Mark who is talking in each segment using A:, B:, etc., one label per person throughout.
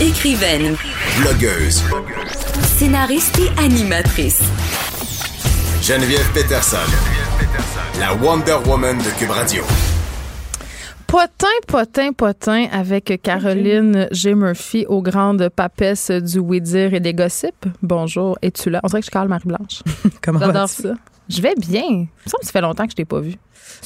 A: Écrivaine,
B: Blogueuse.
A: scénariste et animatrice.
B: Geneviève Peterson. La Wonder Woman de Cube Radio.
C: Potin, potin, potin avec Caroline G. Murphy aux grandes papesses du oui-dire et des gossips. Bonjour, es-tu là? On dirait que je parle Marie-Blanche.
D: Comment
C: J'adore
D: vas-tu?
C: ça. Je vais bien. Il me semble que ça fait longtemps que je t'ai pas vu.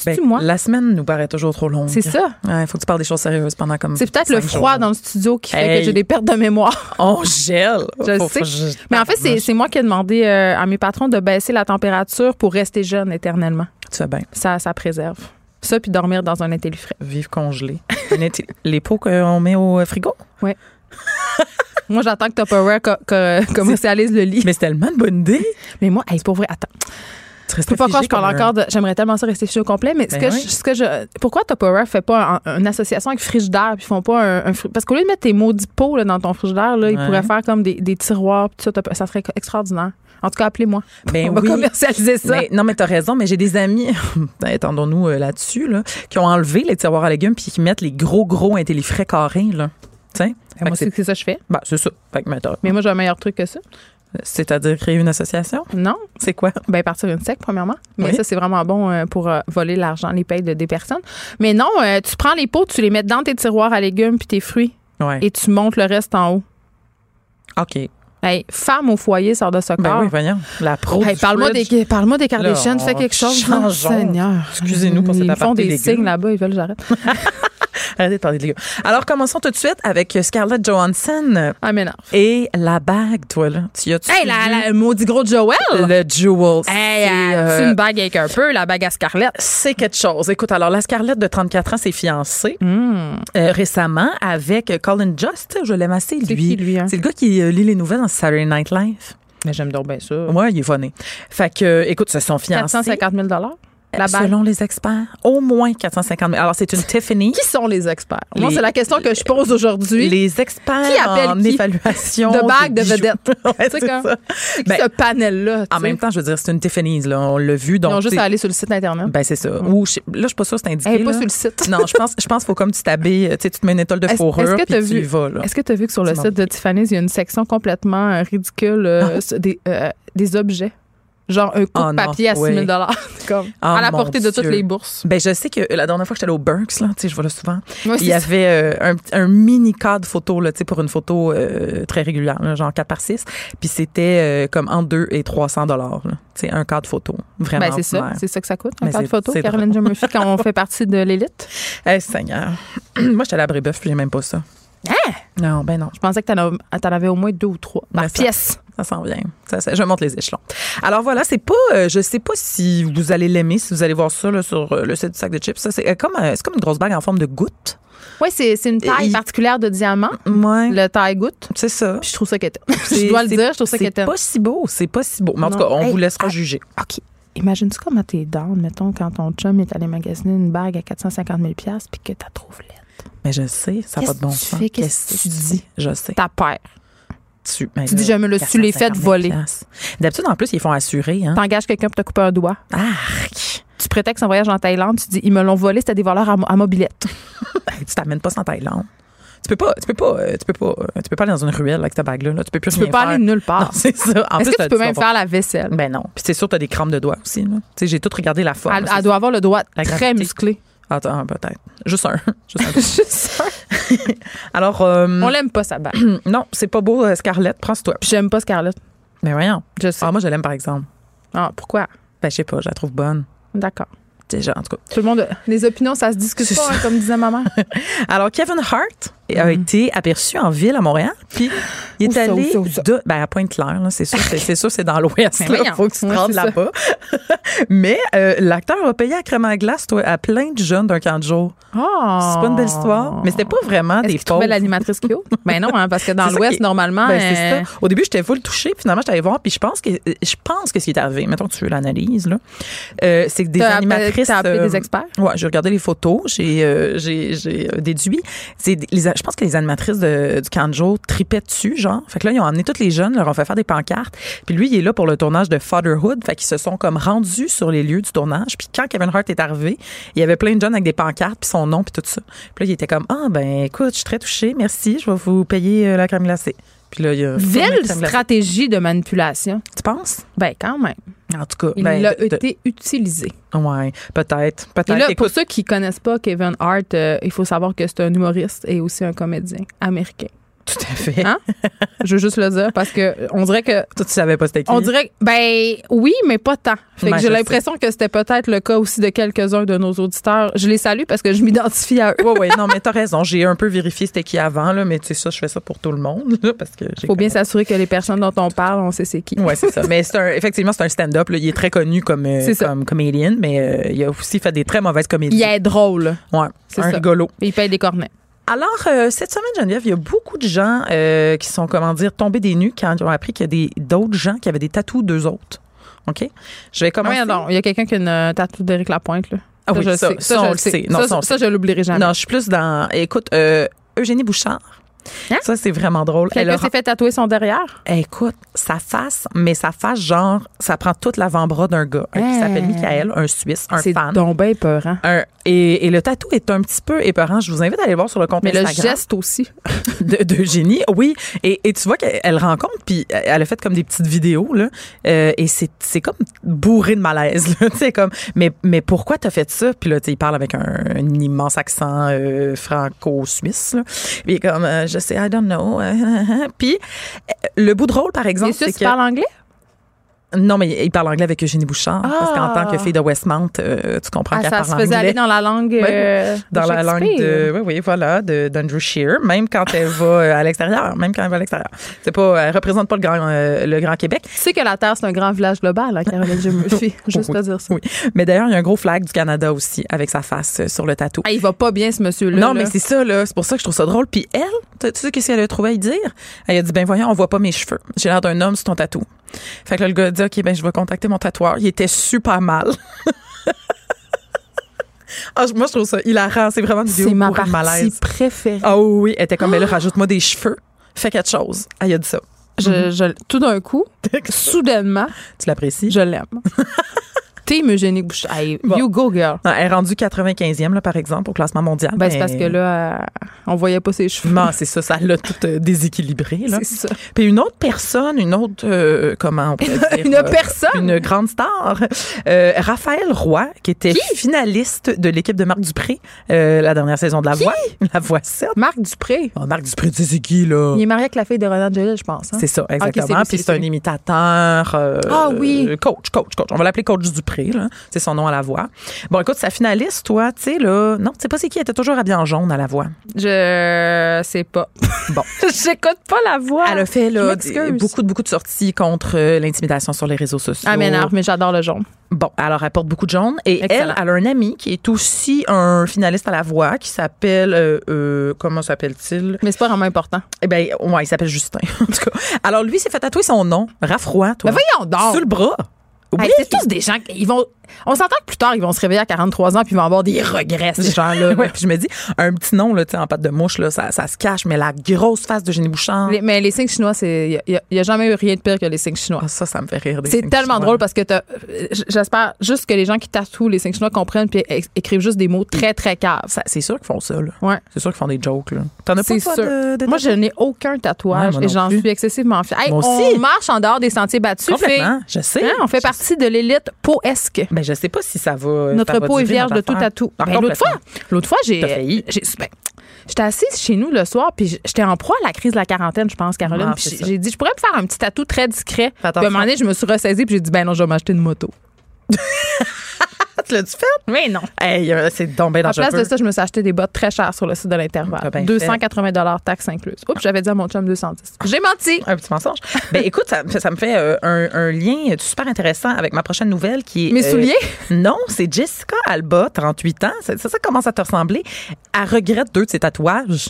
D: Ben,
C: C'est moi?
D: La semaine nous paraît toujours trop longue.
C: C'est ça.
D: Il faut que tu parles des choses sérieuses pendant comme.
C: C'est peut-être le
D: cinq
C: froid
D: jours.
C: dans le studio qui fait que
D: Hey.
C: j'ai des pertes de mémoire.
D: On gèle.
C: Je
D: Faut-
C: sais.
D: faut- je-
C: Mais en fait, c'est c'est moi qui ai demandé euh, à mes patrons de baisser la température pour rester jeune éternellement.
D: Tu fais bien.
C: Ça, ça préserve. Ça, puis dormir dans un intellifrais.
D: Vivre congelé. Un été- les pots qu'on met au euh, frigo.
C: Moi, j'attends que Tupperware co- co- commercialise le lit.
D: Mais c'est tellement une bonne idée.
C: Mais moi, hey, pour vrai, attends.
D: Tu restes
C: Je peux pas croire que je parle encore de. J'aimerais tellement ça rester figé au complet, mais ce,
D: Ben
C: que
D: oui.
C: je, ce que je. Pourquoi Tupperware fait pas un- une association avec frigidaire puis font pas un. un fri- parce qu'au lieu de mettre tes maudits pots là, dans ton frigidaire, là, ils
D: Ouais.
C: pourraient faire comme des, des tiroirs puis tout ça. Tupper- Ça serait extraordinaire. En tout cas, appelez-moi.
D: Ben
C: On va
D: oui.
C: commercialiser ça.
D: Mais- non, mais t'as raison, mais j'ai des amis, ben, attendons-nous euh, là-dessus, là, qui ont enlevé les tiroirs à légumes puis qui mettent les gros, gros intellifrais carrés, là. Tu sais? Fait
C: Ben, moi,
D: que
C: c'est
D: c'est
C: c'est ça que je fais.
D: ben, c'est ça. Fait que, mais t'as-
C: Mais moi, j'ai un meilleur truc que ça.
D: C'est-à-dire créer une association?
C: Non?
D: C'est quoi?
C: Ben, partir une sec, premièrement. Mais
D: Oui.
C: ça, c'est vraiment bon euh, pour euh, voler l'argent, les payes de, des personnes. Mais non, euh, tu prends les pots, tu les mets dans tes tiroirs à légumes puis tes fruits
D: Ouais.
C: et tu montes le reste en haut.
D: OK.
C: Hey, femme au foyer sort de ce corps.
D: Ben oui, voyons. La pro.
C: Ah. Hey,
D: du
C: parle-moi
D: fridge.
C: des, parle des Kardashians,
D: Là,
C: fais
D: on
C: quelque chose.
D: changeons.
C: Non, Seigneur.
D: Excusez-nous pour cet
C: Ils font
D: aparté
C: des
D: légumes.
C: signes là-bas, ils veulent que j'arrête.
D: Arrêtez de parler de légumes. Alors, commençons tout de suite avec euh, Scarlett Johansson
C: Ah, mais non.
D: et la bague, toi, là. Tu y as-tu
C: Hey, la, la- le maudit gros Joel!
D: vu le jewel?
C: Hey,
D: C'est,
C: euh,
D: euh,
C: tu une bague avec un peu, la bague à Scarlett.
D: c'est quelque chose. Écoute, alors, la Scarlett de 34 ans s'est fiancée
C: Hmm.
D: euh, récemment avec euh, Colin Just. Je l'aime assez, lui.
C: C'est qui, lui, hein?
D: C'est le gars qui euh, lit les nouvelles dans Saturday Night Live.
C: Mais j'aime donc bien ça.
D: Ouais, il est funny. Fait que, euh, écoute, se sont fiancés.
C: 450 000 la bague.
D: Selon les experts, au moins 450 000. Alors, c'est une Tiffany.
C: Qui sont les experts? Moi,
D: Les-
C: c'est la question que je pose aujourd'hui.
D: Les experts
C: Qui appelle
D: en
C: qui?
D: évaluation
C: De bagues, de
D: bijoux.
C: vedettes.
D: Ouais,
C: Tu sais,
D: c'est
C: quand-
D: ça. Ben,
C: ce panel-là. tu
D: en
C: sais.
D: même temps, je veux dire, c'est une Tiffany's, là. On l'a vu. Donc,
C: Ils ont juste
D: t'sais,
C: à aller sur le site Internet.
D: Ben, c'est ça. Ou, je sais- là, je suis pas sûre que c'est indiqué.
C: Elle est pas
D: là.
C: sur le site.
D: non, je pense, je pense qu'il faut comme tu t'habilles, euh, tu sais, tu te mets une étole de
C: Est-ce-
D: fourrure,
C: est-ce que
D: puis
C: t'as
D: tu
C: vu-
D: y vas, là.
C: Est-ce que tu as vu que sur le
D: Tu m'as
C: site de Tiffany's, il y a une section complètement euh, ridicule euh, sur des, euh, des objets? Genre un coupe
D: Oh non,
C: papier à 6
D: oui.
C: 000 comme,
D: Ah,
C: à la
D: mon
C: portée de toutes
D: Dieu.
C: les bourses.
D: Ben, je sais que euh, la dernière fois que j'étais allée au Burks, là, tu sais, je vois là souvent,
C: Moi,
D: il y avait euh, un, un mini cadre photo, là, tu sais, pour une photo euh, très régulière, là, genre 4 par 6. Puis c'était euh, comme entre 2 et 300 dollars, là. Tu sais, un cadre photo. Vraiment.
C: Ben, c'est ça,
D: ordinaire.
C: c'est ça que ça coûte, un
D: Mais
C: tas de
D: c'est-
C: photos,
D: c'est
C: Caroline Jo Murphy, quand on fait partie de l'élite.
D: Eh, Seigneur. Moi, j'étais allée à Brébeuf, puis j'ai même pas ça. Non, ben non.
C: Je pensais que t'en as- t'en avais au moins deux ou trois Hein? par
D: Ben, ça-
C: pièce.
D: Ça s'en vient. Ça, ça- je monte les échelons. Alors voilà, c'est pas. euh, je sais pas si vous allez l'aimer, si vous allez voir ça là, sur euh, le site du sac de chips. Ça, c'est euh, comme, euh, c'est comme une grosse bague en forme de goutte.
C: Oui, c'est c'est une taille
D: Il-
C: particulière de diamant,
D: Ouais.
C: le taille goutte.
D: C'est ça.
C: Puis je trouve ça quétaine. je dois le
D: C'est-
C: dire, je trouve ça
D: c'est
C: quétaine.
D: pas si beau, c'est pas si beau. Mais en tout
C: Non.
D: cas, on
C: Hey,
D: vous laissera
C: ah,
D: juger.
C: OK. Imagine-tu comment t'es down, mettons, quand ton chum est allé magasiner une bague à 450 000 pièces puis que t'as trouvé laide.
D: Mais je sais, ça n'a
C: Qu'est-ce
D: pas de bon
C: que tu
D: sens.
C: fais? Qu'est-ce que tu dis?
D: Je sais.
C: Ta paire.
D: Tu,
C: Tu dis, je me le suis les fait voler.
D: D'habitude, en plus, ils font assurer. Hein?
C: T'engages quelqu'un pour te couper un doigt.
D: Arc!
C: Tu prétextes un voyage en Thaïlande, tu dis, ils me l'ont volé, c'était des voleurs à, mo- à mobilette.
D: Hey, tu t'amènes pas sans Thaïlande. Tu peux pas, tu peux pas, euh, tu peux pas, euh, tu peux pas aller dans une ruelle avec ta bague là. là. Tu peux plus
C: Tu peux
D: rien
C: pas
D: faire.
C: aller nulle part.
D: Non, c'est ça. En
C: Est-ce
D: plus,
C: que
D: t'as-
C: tu peux
D: vas
C: même
D: pas-
C: faire la vaisselle?
D: Ben non. Puis c'est sûr, t'as des crampes de doigts aussi. là. Tu sais, j'ai tout regardé la forme.
C: elle,
D: là.
C: elle doit avoir le doigt
D: La
C: très
D: gravité.
C: musclé.
D: Attends, peut-être. Juste un. Juste un.
C: Je suis sûre.
D: Alors, euh,
C: On l'aime pas, sa bague.
D: non, c'est pas beau, euh, Scarlett. Prends-toi.
C: Puis j'aime pas Scarlett.
D: Mais voyons.
C: Je sais.
D: Ah, moi, je l'aime, par exemple.
C: Ah, pourquoi?
D: Ben, je sais pas, je la trouve bonne.
C: D'accord.
D: Déjà, en tout cas.
C: Tout le monde. Les opinions, ça se discute
D: C'est
C: pas,
D: ça.
C: hein, comme disait ma mère.
D: Alors, Kevin Hart a été aperçu en ville à Montréal, puis il est
C: Mhm. Où ça,
D: allé
C: où ça, où ça?
D: de- ben, à Pointe-Claire, là, c'est sûr, c'est, c'est sûr, c'est dans l'Ouest.
C: Mais
D: Il
C: voyons.
D: faut que tu te
C: Ouais,
D: rendes
C: c'est ça.
D: là-bas. Mais euh, l'acteur a payé à crème à glace toi, à plein de jeunes d'un camp de jour.
C: Ah.
D: C'est pas une belle histoire, mais c'était pas vraiment
C: Est-ce
D: des
C: qu'il trouvait
D: fautes.
C: l'animatrice cute? Ben non, hein, parce que dans
D: C'est ça
C: l'Ouest,
D: qui-
C: normalement.
D: Ben, c'est
C: euh,
D: ça. Au début, j'étais full touchée, puis finalement, j'étais allée voir, puis je pense que je pense que ce qui est arrivé, mettons que tu veux l'analyse là, euh, c'est que des
C: T'as appelé-
D: animatrices
C: t'as appelé des experts?
D: euh, Ouais, j'ai regardé les photos, j'ai euh, j'ai j'ai euh, déduit, c'est des- les a- je je pense que les animatrices de- du Kanjo tripaient dessus, genre. Fait que là, ils ont amené tous les jeunes, leur ont fait faire des pancartes. Puis lui, il est là pour le tournage de Fatherhood. Fait qu'ils se sont comme rendus sur les lieux du tournage. Puis quand Kevin Hart est arrivé, il y avait plein de jeunes avec des pancartes, puis son nom, puis tout ça. Puis là, il était comme, ah, ben, écoute, je suis très touchée, merci, je vais vous payer euh, la crème glacée. Puis là, il a. fourni la
C: Ville
D: crème glacée.
C: stratégie de manipulation.
D: Tu penses?
C: Ben, quand même.
D: En tout cas,
C: Il
D: ben,
C: a
D: de- de-
C: été utilisé.
D: Ouais, peut-être.
C: Et là,
D: Peut-être.
C: pour
D: Écoute,
C: ceux qui connaissent pas Kevin Hart, euh, il faut savoir que c'est un humoriste et aussi un comédien américain.
D: tout à fait.
C: Hein? Je veux juste le dire parce que on dirait que
D: Toi, tu savais pas c'était qui.
C: on dirait ben oui, mais pas tant. Fait que
D: Ben,
C: j'ai
D: je
C: l'impression que c'était peut-être le cas aussi de quelques-uns de nos auditeurs. Je les salue parce que je m'identifie à eux.
D: Oui, oui, non, mais t'as raison. J'ai un peu vérifié c'était qui avant, là, mais tu sais, ça, je fais ça pour tout le monde, là, parce que j'ai.
C: Faut bien s'assurer que les personnes dont on parle, on sait c'est qui.
D: Oui, c'est ça. Mais c'est un, effectivement, c'est un stand-up. là. Il est très connu comme, euh,
C: C'est ça.
D: comme comédien, mais euh, il a aussi fait des très mauvaises comédies.
C: Il est drôle.
D: Ouais,
C: C'est
D: un
C: ça.
D: rigolo.
C: Il paye des cornets.
D: Alors, euh, cette semaine, Geneviève, il y a beaucoup de gens euh, qui sont, comment dire, tombés des nues quand ils ont appris qu'il y a des- d'autres gens qui avaient des tatous d'eux autres. OK? Je vais commencer.
C: Voyons donc, il y a quelqu'un qui a une euh, tatou d'Éric Lapointe là.
D: Ah oui,
C: je le
D: ça,
C: sais.
D: ça,
C: je
D: on
C: le
D: le
C: sais.
D: sait. Non,
C: ça,
D: ça, on le
C: ça, je l'oublierai jamais.
D: Non, je suis plus dans. Écoute, euh, Eugénie Bouchard.
C: Hein?
D: Ça, c'est vraiment drôle.
C: Quelqu'un
D: a-
C: s'est fait tatouer son derrière.
D: Écoute, sa face, mais sa face, genre, ça prend toute l'avant-bras d'un gars un qui
C: Hey.
D: s'appelle Michael, un Suisse, un
C: C'est
D: fan.
C: donc bien peur, hein?
D: Un- et, et le tatou est un petit peu épeurant. Je vous invite à aller voir sur le compte
C: Mais le
D: Instagram
C: geste aussi.
D: de- d'Eugénie. Oui, et, et tu vois qu'elle elle rencontre, puis elle a fait comme des petites vidéos, là, euh, et c'est c'est comme bourré de malaise. là. Tu sais, comme, mais, mais pourquoi t'as fait ça? Puis là, tu sais, il parle avec un, un immense accent euh, franco-suisse. là. Puis il est comme, euh, je sais, I don't know. puis euh, le bout de rôle, par exemple,
C: Les
D: c'est
C: Suisses
D: que... Ah,
C: parlent anglais?
D: Non, mais il parle anglais avec Eugénie Bouchard. Parce qu'en
C: Ah.
D: tant que fille de Westmount, euh, tu comprends
C: Ah,
D: qu'elle
C: ça
D: parle
C: se faisait aller
D: anglais.
C: dans la langue. euh,
D: Dans la langue
C: Shakespeare.
D: de, oui, oui, voilà, de- d'Andrew Shear, même quand elle va euh, à l'extérieur, même quand elle va à l'extérieur. C'est pas, elle représente pas le grand, euh, le grand Québec.
C: Tu sais que la Terre, c'est un grand village global, hein, Caroline, je me suis. Juste
D: Oui.
C: à dire ça.
D: Oui. Mais d'ailleurs, il y a un gros flag du Canada aussi, avec sa face euh, sur le tatou.
C: Ah, il va pas bien, ce monsieur-là. là.
D: non, mais c'est ça, là. C'est pour ça que je trouve ça drôle. Puis elle, tu tu sais qu'est-ce qu'elle a trouvé à y dire? Elle a dit, ben voyons, on voit pas mes cheveux. J'ai l'air d'un homme sur ton tatou. Fait que là, le gars a dit, OK, ben je vais contacter mon tatoueur. Il était super mal. Ah, je- moi, je trouve ça hilarant. C'est vraiment une vidéo
C: C'est ma
D: bourrée de
C: partie
D: malaise.
C: préférée.
D: Ah oui, oui, elle était comme, ben là, rajoute-moi des cheveux. Fais quelque chose. Elle a dit ça. Mm-hmm.
C: Je- je- tout d'un coup, soudainement,
D: Tu l'apprécies?
C: je l'aime. Team Eugénie Bouchard. Hey,
D: Bon.
C: You go, girl.
D: Non, elle est rendue 95e, là, par exemple, au classement mondial.
C: Ben, c'est
D: mais-
C: parce que là, euh, on voyait pas ses cheveux.
D: Non, c'est ça, ça l'a tout euh, déséquilibré. Là.
C: C'est ça.
D: Puis une autre personne, une autre, euh, comment on peut dire?
C: Une
D: euh,
C: personne.
D: Une grande star. Euh, Raphaël Roy, qui était finaliste de l'équipe de Marc Dupré euh, la dernière saison de La Voix. La Voix 7.
C: Marc Dupré.
D: Oh, Marc Dupré, tu sais, c'est qui, là?
C: Il est marié avec la fille de Ronan Angelis, je pense. hein?
D: Oh. C'est ça, exactement.
C: lui,
D: Puis
C: c'est
D: c'est un
C: lui.
D: imitateur. euh,
C: Ah oui.
D: euh, Coach, coach, coach. On va l'appeler coach Dupré, là. C'est son nom à la voix. Bon, écoute, sa finaliste, toi, tu sais, là. Non, tu sais pas c'est qui. Elle était toujours habillée en jaune à la voix.
C: Je sais pas.
D: Bon.
C: J'écoute pas la voix.
D: Elle a fait,
C: Je
D: là,
C: m'excuse.
D: des- beaucoup, beaucoup de sorties contre euh, l'intimidation sur les réseaux sociaux.
C: Ah, m'énerve, mais j'adore le jaune.
D: Bon, alors elle porte beaucoup de jaune et
C: Excellent.
D: elle, elle a un ami qui est aussi un finaliste à la voix qui s'appelle euh, euh, comment s'appelle-t-il
C: Mais c'est pas vraiment important.
D: Eh ben ouais, il s'appelle Justin. en tout cas, alors lui s'est fait tatouer son nom, Raffroy, toi.
C: Mais Ben voyons donc!
D: sur le bras. Oui.
C: Hey, c'est tous des gens qui ils vont. On s'entend que plus tard, ils vont se réveiller à 43 ans puis ils vont avoir des regrets, ces gens-là.
D: Ouais, puis je me dis un petit nom là, tu sais, en pâte de mouche là, ça, ça se cache mais la grosse face de Jenny Bouchard.
C: Les- Mais les signes chinois, c'est. Il n'y a, jamais eu rien de pire que les signes chinois.
D: Ah, ça ça me fait rire des
C: C'est
D: signes
C: tellement
D: chinois.
C: drôle parce que t'as- j- j'espère juste que les gens qui tatouent les signes chinois comprennent puis é- écrivent juste des mots très, très caves.
D: Ça- c'est sûr qu'ils font ça là.
C: Ouais.
D: C'est sûr qu'ils font des jokes là. T'en as pas
C: C'est
D: toi,
C: sûr.
D: de, de
C: Moi, je n'ai aucun
D: Ouais,
C: tatouage
D: moi
C: et
D: non
C: j'en
D: plus.
C: suis excessivement fière. Hey,
D: Moi aussi.
C: on marche en dehors des sentiers battus.
D: complètement,
C: fille.
D: je sais.
C: Hein, on fait
D: Je
C: partie de l'élite poesque.
D: Ben, je sais pas si ça va. euh, ça
C: Notre
D: va
C: peau est
D: durer,
C: vierge
D: notre
C: de tout
D: affaire.
C: tatou.
D: Ah,
C: Ben, l'autre
D: complètement.
C: fois, l'autre fois, j'ai.
D: T'as failli.
C: j'ai- ben, J'étais assise chez nous le soir, puis j'étais en proie à la crise de la quarantaine, je pense, Caroline.
D: Ah,
C: Puis
D: c'est
C: j'ai-
D: ça.
C: j'ai dit, je pourrais me faire un petit tatou très discret. Puis à un
D: attention.
C: moment donné, je me suis ressaisie, puis j'ai dit, ben non, je vais m'acheter une moto.
D: Ah, tu l'as-tu fait?
C: Mais non.
D: Hey, euh, c'est donc bien
C: En
D: dangereux.
C: place de ça, je me suis acheté des bottes très chères sur le site de
D: T'as
C: l'intervalle.
D: bien Ah, ben, fait.
C: 280 taxes incluses. Oups, j'avais dit à mon chum 210. J'ai menti.
D: Un petit mensonge. Ben écoute, ça, ça me fait euh, un, un lien euh, super intéressant avec ma prochaine nouvelle qui est.
C: Mes
D: euh,
C: souliers?
D: non, c'est Jessica Alba, 38 ans. Ça, ça, ça commence à te ressembler. Elle regrette deux de ses tatouages.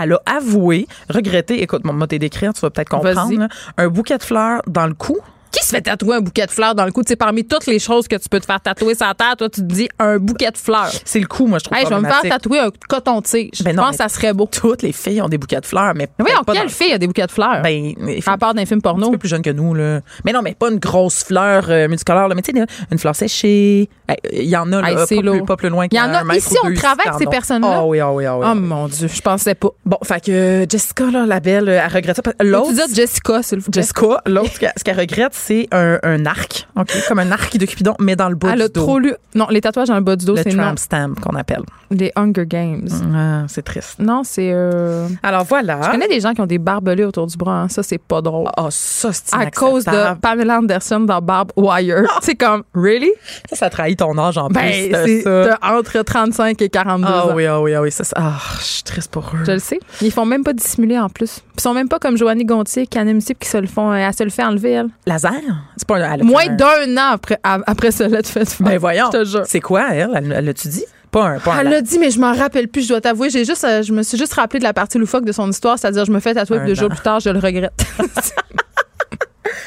D: Elle a avoué, regretté, écoute, moi, moi, t'es décrire, tu vas peut-être comprendre,
C: Vas-y.
D: là. un bouquet de fleurs dans le cou,
C: Qui se fait tatouer un bouquet de fleurs dans le cou? Tu sais, parmi toutes les choses que tu peux te faire tatouer sur la terre, toi, tu te dis un bouquet de fleurs.
D: C'est le coup, moi, je trouve
C: Hey, je vais me faire
D: problématique.
C: tatouer un coton-tige.
D: Ben
C: je
D: non,
C: pense
D: mais-
C: que ça serait beau.
D: Toutes les filles ont des bouquets de fleurs, mais
C: Mais voyons,
D: peut-être pas
C: quelle Ah,
D: dans-
C: fille a des bouquets de fleurs?
D: Ben, les filles
C: à part d'un film
D: un
C: porno.
D: petit peu plus jeunes que nous, là. Mais non, mais pas une grosse fleur euh, multicolore, là. Mais tu sais, une fleur séchée. Hey, Il y en a, là,
C: Hey,
D: pas,
C: c'est
D: plus,
C: lourd.
D: pas plus loin
C: Il y
D: qu'à
C: en a-
D: un mètre
C: ici,
D: ou
C: on
D: deux,
C: travaille
D: si
C: avec ces
D: t'en as.
C: personnes-là.
D: Ah oui, ah oui, ah oui. ah
C: Oh
D: oui.
C: mon Dieu, je pensais pas.
D: Bon, fait que euh, Jessica, là, la belle, euh, elle regrette ça. parce-
C: Tu
D: L'autre,
C: dis Jessica, s'il vous plaît.
D: Jessica, l'autre, qu'elle- ce qu'elle regrette, c'est un, un arc, OK? Comme un arc de Cupidon, mais dans le bas
C: Elle
D: du
C: a
D: dos.
C: trop lu. Non, les tatouages dans le bas du dos,
D: le
C: c'est non.
D: tramp stamp qu'on appelle.
C: Les Hunger Games.
D: Ah, c'est triste.
C: Non, c'est. euh,
D: Alors voilà.
C: Je connais des gens qui ont des barbelés autour du bras. hein. Ça, c'est pas drôle.
D: Ah, ça, c'est
C: à cause de
D: inacceptable.
C: Pamela Anderson dans Barb Wire. C'est comme, really?
D: Ça, ça trahit ton âge en
C: Ben,
D: plus.
C: c'est
D: ça.
C: t'as entre 35 et 42
D: Ah
C: ans.
D: oui, ah oui, ah oui. Ça, ça- ah, je suis triste pour eux.
C: Je le sais. Ils font même pas dissimuler en plus. Ils sont même pas comme Joannie Gontier qui anime qui se le font, euh, elle se le fait enlever elle.
D: Laser? C'est pas un... elle a
C: Moins
D: fait un-
C: d'un an après a- après cela de fait.
D: Ben voyons.
C: Je te jure.
D: C'est quoi, elle? Elle elle l'a-tu dit? Pas un... Pas un
C: Elle
D: laser.
C: l'a dit, mais je m'en rappelle plus. Je dois t'avouer, j'ai juste, euh, je me suis juste rappelé de la partie loufoque de son histoire, c'est-à-dire je me fais tatouer
D: Un
C: puis deux
D: an.
C: jours plus tard, je le regrette.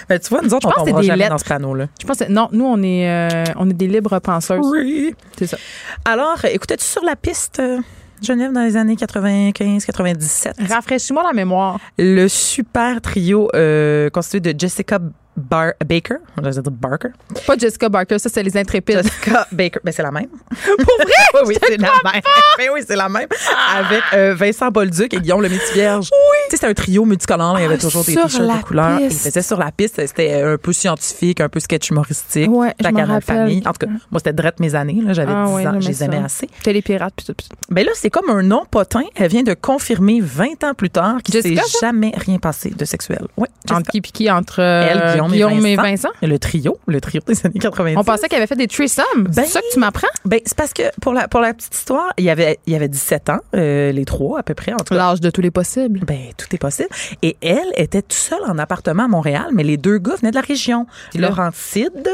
D: Ben, tu vois, nous autres, on
C: pense que c'est
D: tombera
C: des
D: jamais
C: lettres.
D: dans ce panneau-là.
C: je pense, que- non, nous on est, euh, on est des libres penseuses.
D: Oui.
C: C'est ça.
D: Alors, euh, écoutais-tu sur la piste, euh, Geneviève, dans les années 95-97?
C: Rafraîchis-moi la mémoire.
D: Le super trio euh, constitué de Jessica Bar- Baker. Je vais dire Barker.
C: Pas Jessica Barker, ça c'est les intrépides.
D: Jessica Baker. Ben, c'est la même. Pour vrai? oui, oui, c'est la même. Ben oui, c'est la même. Avec euh, Vincent Bolduc et Guillaume le Métivierge. Oui. Tu sais, c'était un trio multicolore. Il y avait
C: Ah,
D: toujours des
C: sur
D: t-shirts
C: la
D: de couleurs.
C: piste.
D: Ils faisaient sur la piste. C'était euh, un peu scientifique, un peu sketch humoristique.
C: Ouais, je
D: Chacun
C: m'en
D: dans la
C: rappelle.
D: famille. En tout cas, moi, c'était drette mes années. là. J'avais
C: Ah
D: 10
C: ouais,
D: ans.
C: j'aimais
D: Je les aimais
C: ça.
D: assez.
C: T'es les pirates puis tout. puis tout.
D: Ben là, c'est comme un nom potin. Elle vient de confirmer 20 ans plus tard qu'il s'est
C: Jessica, ça?
D: jamais rien passé de sexuel. Oui,
C: Entre qui puis qui entre euh,
D: Elle, Guillaume et
C: et Vincent.
D: Vincent. le trio, le trio des années 90.
C: On pensait qu'il avait fait des threesomes.
D: Ben-
C: c'est ça que tu m'apprends?
D: Ben, c'est parce que pour la, pour la petite histoire, il y avait, il y avait 17 ans, euh, les trois à peu près, en tout cas.
C: L'âge de tous les possibles.
D: Ben, tout est possible. Et elle était toute seule en appartement à Montréal, mais les deux gars venaient de la région.
C: là?
D: Laurentide.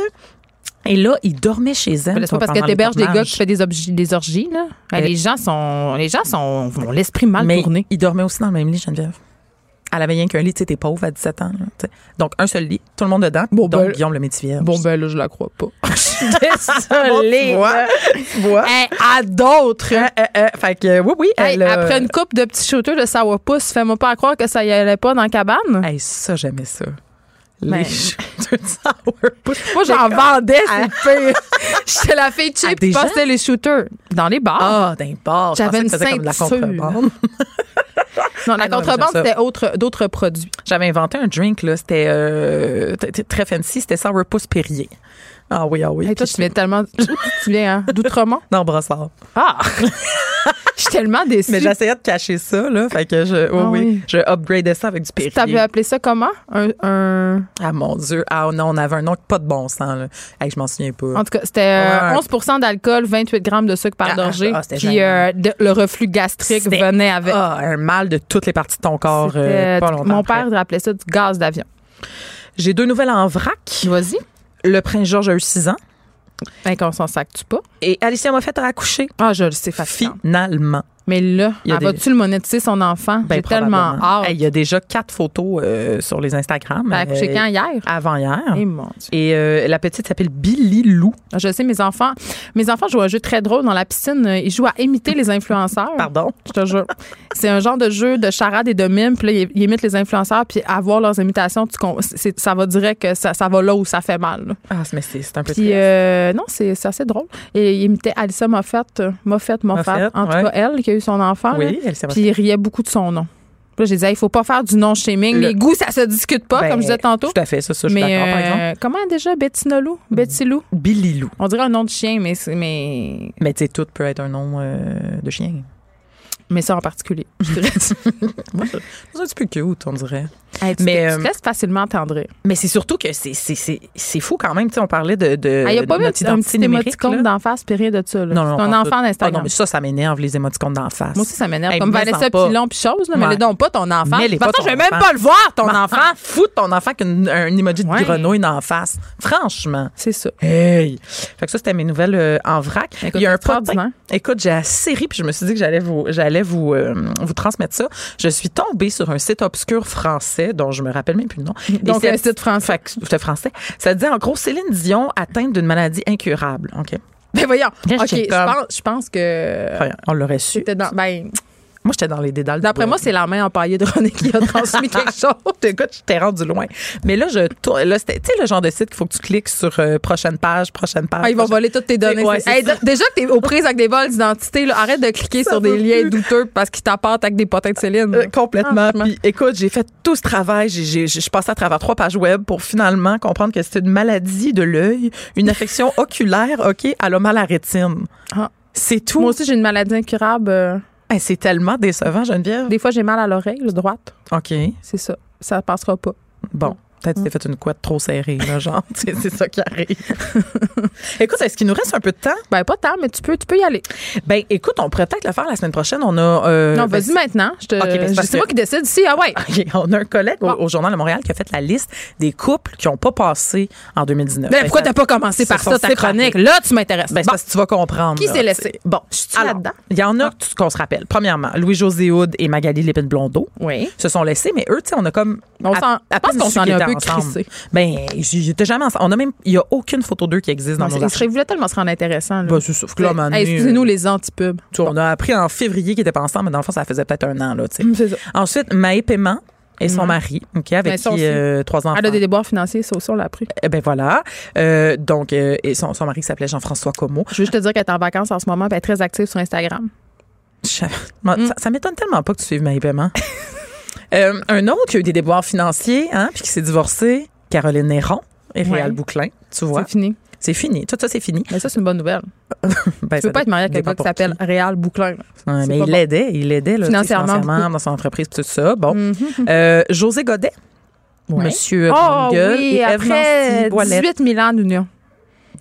D: Et là, ils dormaient chez elle.
C: Laisse-moi parce que
D: pendant les
C: t'héberges des gars
D: tournages.
C: qui font des, obj- des orgies, là. Ah,
D: Euh,
C: les gens sont. Les gens sont. ont l'esprit mal
D: mais
C: tourné.
D: ils dormaient aussi dans le même lit, Geneviève. Elle avait rien qu'un lit, tu sais, t'es pauvre à 17 ans. là, tu sais. Donc, un seul lit, tout le monde dedans,
C: Bon, ben,
D: donc
C: ben-
D: Guillaume le métivier.
C: ben là, je la crois pas.
D: désolée. tu vois.
C: Hey, à d'autres!
D: Euh, euh, euh, fait que, euh, oui, oui.
C: Hey,
D: elle, euh,
C: après une coupe de petits shooters de sourpuss, fais-moi pas croire que ça y allait pas dans la cabane.
D: Hey, ça, j'aimais ça.
C: Ben-
D: Les shooters de sourpuss.
C: Moi, j'en
D: Mais-
C: vendais, c'est pire. J'étais la fille
D: À
C: cheap
D: des
C: qui
D: gens?
C: passait les shooters dans les bars.
D: Ah, d'un bar. Je
C: J'avais
D: pensais que
C: une
D: c'était comme de la
C: ceinture.
D: contrebande.
C: non, la
D: ah non, mais
C: contrebande,
D: j'aime ça.
C: c'était autre- d'autres produits.
D: J'avais inventé un drink, là. C'était euh, t- t- très fancy. C'était sourpuss Perrier. Ah oui, ah oui.
C: Hey, toi,
D: Puis
C: tu viens tellement. tu viens, hein, d'outremont?
D: je- Non, brossard.
C: Ah! Je suis tellement déçue.
D: Mais j'essayais de cacher ça, là. Fait que je, oui,
C: Ah
D: oui.
C: oui.
D: je upgradais ça avec du Perrier.
C: T'avais appelé ça comment? Un, un-
D: Ah mon Dieu. Ah non, on avait un nom qui pas de bon sens, là. Hey, je m'en souviens pas.
C: En tout cas, c'était euh,
D: Ouais.
C: 11 d'alcool, 28 grammes de sucre par
D: Ah,
C: gorgée.
D: ah, c'était
C: puis
D: gênant.
C: euh, de- le reflux gastrique
D: C'était-
C: venait avec.
D: Ah, un mal de toutes les parties de ton corps. euh,
C: C'était-
D: pas longtemps
C: mon
D: après.
C: père appelait ça du gaz d'avion.
D: J'ai deux nouvelles en vrac.
C: Vas-y.
D: Le prince George a eu 6 ans.
C: Ben, qu'on s'en sac-tu pas?
D: Et Alicia m'a fait accoucher.
C: Ah, je le sais, facile.
D: Finalement.
C: Mais là,
D: Il y a
C: elle
D: des-
C: va-tu le monétiser, son enfant?
D: Ben,
C: J'ai tellement
D: probablement.
C: hâte.
D: Hey, Il y a déjà quatre photos euh, sur les Instagram.
C: Elle a accouché
D: euh,
C: quand hier?
D: Avant-hier.
C: Eh, mon Dieu. Ah,
D: Et euh, la petite s'appelle Billy Lou.
C: Je sais, mes enfants, mes enfants jouent à un jeu très drôle dans la piscine. Ils jouent à imiter les influenceurs.
D: Pardon.
C: Je te jure. C'est un genre de jeu de charade et de mime. Puis là, ils- ils imitent les influenceurs. Puis à voir leurs imitations, tu con- c'est- ça va direct que ça, ça va là où ça fait mal. là.
D: Ah, mais c'est c'est un peu
C: Puis
D: triste.
C: euh, non, c'est c'est assez drôle. Et il imitait Alissa Moffat. euh, Moffat, Moffat.
D: Moffat,
C: En tout
D: ouais.
C: cas, elle qui a eu son enfant. là.
D: Oui, Alicia m'a
C: Puis il riait beaucoup de son nom. Puis là, j'ai dit, il faut pas faire du nom shaming.
D: Le-
C: Les goûts, ça se discute pas,
D: Ben,
C: comme je disais tantôt.
D: Tout à fait, ça, ça je suis
C: Mais
D: d'accord, par exemple. Mm-hmm.
C: euh, comment déjà Bettina Lou? Betty Lou?
D: Billy Lou.
C: On dirait un nom de chien, mais, c'est- mais,
D: Mais tu sais, tout peut être un nom euh, de chien.
C: mais ça en particulier. Je dirais.
D: C'est un petit peu cute, on dirait.
C: Hey, tu,
D: Mais,
C: te- tu
D: euh,
C: te laisses facilement attendrir.
D: Mais c'est surtout que c'est- c'est c'est- c'est fou quand même. Tu sais, on parlait de, de,
C: Il n'y Ah, a
D: euh, de
C: pas eu un
D: notre
C: petit, un petit
D: identité numérique. là.
C: émoticône d'en face, puis rien de ça. là.
D: Non, non,
C: C'est un
D: pas
C: enfant
D: tout. Ah non,
C: d'Instagram.
D: mais ça, ça m'énerve, les émoticônes d'en face.
C: Moi aussi, ça m'énerve.
D: Hey,
C: Comme
D: mets-en
C: Vanessa
D: pas.
C: Pilon puis chose, là, mais
D: Ouais.
C: le don pas ton enfant.
D: Mets-les
C: De toute
D: pas
C: façon, je
D: ton
C: vais même
D: enfant.
C: pas le voir, ton enfant.
D: Foutre ton enfant qu'un emoji de
C: Ouais.
D: grenouille d'en face. Franchement.
C: C'est ça.
D: Hey! Fait que ça, c'était mes nouvelles euh, en vrac.
C: Écoute,
D: Il y a un
C: extraordinaire.
D: potin. Écoute, j'ai assez ri, puis je me suis dit que j'allais vous, j'allais vous, euh, vous transmettre ça. Je suis tombée sur un site obscur français dont je me rappelle même plus le nom.
C: Donc,
D: Et
C: un
D: cette-
C: site français.
D: Fait que c'était français. Ça dit en gros Céline Dion atteinte d'une maladie incurable. OK.
C: Mais Ben, voyons.
D: Là,
C: OK,
D: j'étais
C: je
D: comme-
C: pense, je pense que.
D: Enfin, on l'aurait su.
C: c'était dans- ben,
D: Moi, j'étais dans les dédales.
C: D'après moi, c'est la main empaillée de René qui a transmis quelque chose.
D: Écoute, je t'ai rendu loin. Mais là, je tourne- là, c'était, tu sais, le genre de site qu'il faut que tu cliques sur euh, prochaine page, prochaine page.
C: Ah, ils vont
D: prochaine-
C: voler toutes tes données.
D: Ouais,
C: C'est-
D: c'est
C: Hey,
D: ça.
C: d- déjà que t'es aux prises avec des vols d'identité, là, arrête de cliquer
D: Ça
C: sur des
D: veut
C: liens
D: plus.
C: douteux parce qu'ils t'apportent avec des potins de Céline.
D: Euh, complètement.
C: Franchement.
D: Puis, écoute, j'ai fait tout ce travail. J'ai, j'ai- j'ai- je passais à travers trois pages web pour finalement comprendre que c'était une maladie de l'œil, une affection oculaire, OK, elle a mal à la rétine.
C: Ah.
D: C'est tout.
C: Moi aussi, j'ai une maladie incurable. euh,
D: Hey, c'est tellement décevant, Geneviève.
C: Des fois, j'ai mal à l'oreille, le droite.
D: OK.
C: C'est ça. Ça passera pas.
D: Bon. Peut-être que tu t'es fait une couette trop serrée, là, genre. Tu sais, c'est ça qui arrive. écoute, est-ce qu'il nous reste un peu de temps?
C: Ben, pas tard, mais tu peux, tu peux y aller.
D: Ben, écoute, on pourrait peut-être le faire la semaine prochaine. On a. euh,
C: non,
D: ben,
C: vas-y maintenant. Je te-
D: Ok, ben, c'est parce
C: c'est moi
D: que- Ben,
C: qui décide ici. Ah ouais.
D: OK, on a un collègue au-
C: Bon.
D: au, Journal de Montréal qui a fait la liste des couples qui n'ont pas passé en 2019.
C: Ben, pourquoi
D: ça-
C: t'as pas commencé
D: ça
C: par
D: sont
C: ça, ta
D: séparés.
C: chronique? Là, tu m'intéresses.
D: Ben, c'est
C: Bon.
D: parce que tu vas comprendre.
C: Qui
D: là,
C: s'est laissé?
D: t'sais. Bon,
C: Je suis
D: alors,
C: là-dedans.
D: Il y en a que- qu'on se rappelle. Premièrement, Louis-José Houd et Magali Lépine-Blondeau
C: Oui.
D: se sont laissés, mais eux, tu sais, on a comme.
C: On
D: à-
C: s'en-
D: à
C: je pense
D: peine
C: qu'on
D: su
C: s'en
D: qu'ils
C: est un
D: étaient
C: peu
D: ensemble.
C: crissés.
D: Ben, ils étaient jamais ensemble. On a même. Il n'y a aucune photo d'eux qui existe dans nos
C: Il serait
D: archives.
C: voulu tellement se rendre intéressant. là.
D: Ben, c'est sûr. Fait que là, à un moment
C: Hey,
D: donné,
C: Excusez-nous les antipubes.
D: tu vois, On a appris en février qu'ils étaient pas ensemble, mais dans le fond, ça faisait peut-être un an, là, tu sais.
C: Hum, C'est ça.
D: Ensuite, Maë Paiement et son mari, OK, avec
C: Ben, Mm. ça
D: qui
C: aussi.
D: euh, trois enfants.
C: Elle a des déboires financiers, ça aussi, on l'a appris.
D: Eh ben voilà. Euh, donc, euh, et son, son mari qui s'appelait Jean-François Como.
C: Je veux juste te dire qu'elle est en vacances en ce moment, puis elle est très active sur Instagram.
D: Je- Moi,
C: Mm.
D: Ça, ça m'étonne tellement pas que tu suives Marie Paiement. Euh, un autre qui a eu des déboires financiers, hein, puis qui s'est divorcé, Caroline Néron et
C: Ouais.
D: Réal Bouclin, tu vois.
C: C'est fini.
D: C'est fini. Tout ça, c'est fini.
C: Mais ça, c'est une bonne nouvelle.
D: Ben,
C: Tu veux
D: ça
C: pas être marié avec quelqu'un
D: dépend
C: qui
D: pour
C: s'appelle Réal Bouclin. là.
D: qui. Ouais,
C: c'est
D: mais
C: pas
D: il
C: bon.
D: l'aidait, il l'aidait là, tu sais,
C: Financièrement, beaucoup. Mm-hmm.
D: dans son entreprise, puis tout ça. Bon. Euh, José Godet, Monsieur
C: Oh
D: Longueuil
C: oui,
D: et Ève
C: après
D: Nancy Ouellet.
C: 18 000 ans d'union.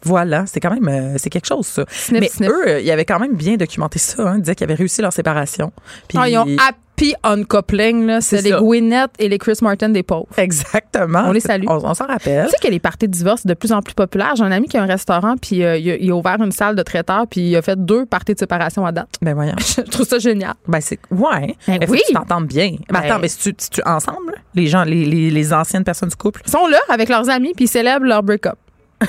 D: Voilà, c'est quand même, euh, c'est quelque chose ça.
C: Sniff,
D: mais
C: sniff.
D: eux, euh, ils avaient quand même bien documenté ça. Hein. Ils disaient qu'ils avaient réussi leur séparation. Puis
C: Ah, ils ont happy uncoupling, là. C'est
D: C'est
C: les
D: ça.
C: Gwyneth et les Chris Martin des pauvres.
D: Exactement.
C: On les salue.
D: On, on s'en rappelle.
C: Tu sais que les parties de divorce, c'est de plus en plus populaire. J'ai un ami qui a un restaurant, puis euh, il, a, il a ouvert une salle de traiteur, puis il a fait deux parties de séparation à date.
D: Ben voyons.
C: Je trouve ça génial.
D: Ben c'est ouais.
C: Ben
D: Mais faut
C: oui.
D: que tu t'entends bien.
C: Ben-
D: Ben, attends, mais si tu, si tu ensemble, là, les gens, les, les, les anciennes personnes du couple.
C: Ils sont là avec leurs amis, puis ils célèbrent leur break-up.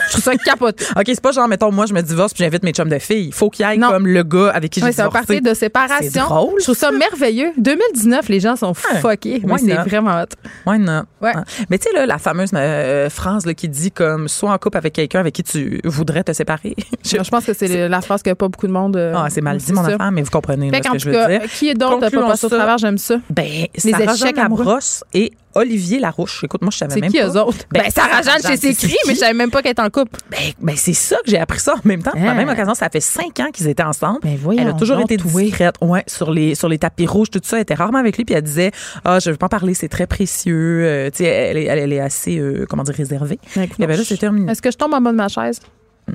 C: Je trouve ça capoté.
D: Ok, c'est pas genre mettons moi je me divorce puis j'invite mes chums de filles. Faut qu'il y aille
C: Non.
D: comme le gars avec qui j'ai
C: Ouais, c'est un
D: divorcé.
C: parti de
D: C'est
C: séparation.
D: drôle,
C: Je trouve ça merveilleux. 2019, les gens sont
D: Ouais.
C: fuckés. Moi,
D: Why
C: c'est
D: not?
C: vraiment hot.
D: Ouais non.
C: Ouais.
D: Mais tu sais là la fameuse euh, phrase là, qui dit comme soit en couple avec quelqu'un avec qui tu voudrais te séparer. Je-
C: Je, pense que c'est le- la phrase que pas beaucoup de monde. euh,
D: ah c'est mal dit
C: c'est
D: mon
C: ça.
D: affaire mais vous comprenez là,
C: Fait
D: ce
C: qu'en
D: que je
C: tout
D: veux
C: cas,
D: dire.
C: qui est donc de pas
D: Concluons
C: passer au
D: ça.
C: travers, j'ime ça.
D: Ben
C: Les
D: Sarah
C: échecs
D: Jeanne
C: à moi.
D: Labrosse et Olivier Larouche. Écoute moi je savais
C: C'est
D: même
C: qui
D: pas.
C: eux autres? Ben, Sarah Jeanne, c'est
D: Sarah-Jeanne,
C: ses
D: c'est
C: cris,
D: qui?
C: mais je savais même pas qu'elle était en couple.
D: Ben, ben, c'est ça que j'ai appris ça en même temps. Par la
C: Hein.
D: même occasion, ça fait cinq ans qu'ils étaient ensemble.
C: Ben, voyons
D: elle a toujours
C: donc,
D: été
C: toi.
D: discrète, ouais, sur les sur les tapis rouges, tout ça. Elle était rarement avec lui, puis elle disait, ah, je veux pas en parler, c'est très précieux. Euh, tu sais, elle, est- elle, elle est assez, euh, comment dire, réservée. Et ben là, c'est terminé.
C: Est-ce que je tombe en bas de ma chaise?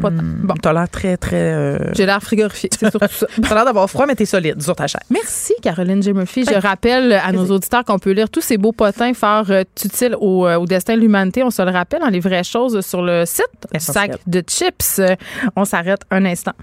C: Pas tant. Bon,
D: T'as l'air très très. Euh...
C: j'ai l'air frigorifié. Hmm. C'est surtout ça.
D: T'as l'air d'avoir froid, mais t'es solide sur ta chaise.
C: Merci, Caroline J. Murphy. Je rappelle à nos auditeurs qu'on peut lire tous ces beaux potins fort euh, utiles au, euh, au destin de l'humanité. On se le hein, rappelle dans les vraies choses sur le site du
D: Essentiel.
C: sac de chips. Euh, On s'arrête un instant.